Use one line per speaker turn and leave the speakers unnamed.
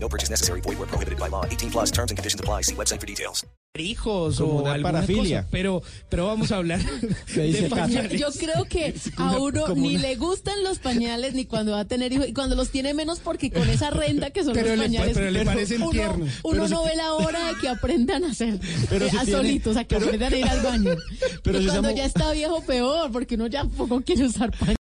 No purchase necessary. Void where prohibited by law. 18 plus terms and conditions apply. See website for details.
hijos
Como
o
una
alguna
parafilia.
cosa, pero, pero vamos a hablar de
dice Cata.
pañales.
Yo creo que
una-
a uno
como
ni
una-
le gustan los pañales ni cuando va a tener hijos y cuando los tiene menos porque con esa renta que son
Pero
los
le pa-
pañales.
pero le parecen
uno,
tiernos.
Uno
Pero si
no
ti-
ve la hora de que aprendan a hacer
Pero
eh,
si
a
tiene-
solitos, a que aprendan a ir al baño.
pero
y
si
cuando
estamos-
ya está viejo peor porque uno ya poco quiere usar pañales.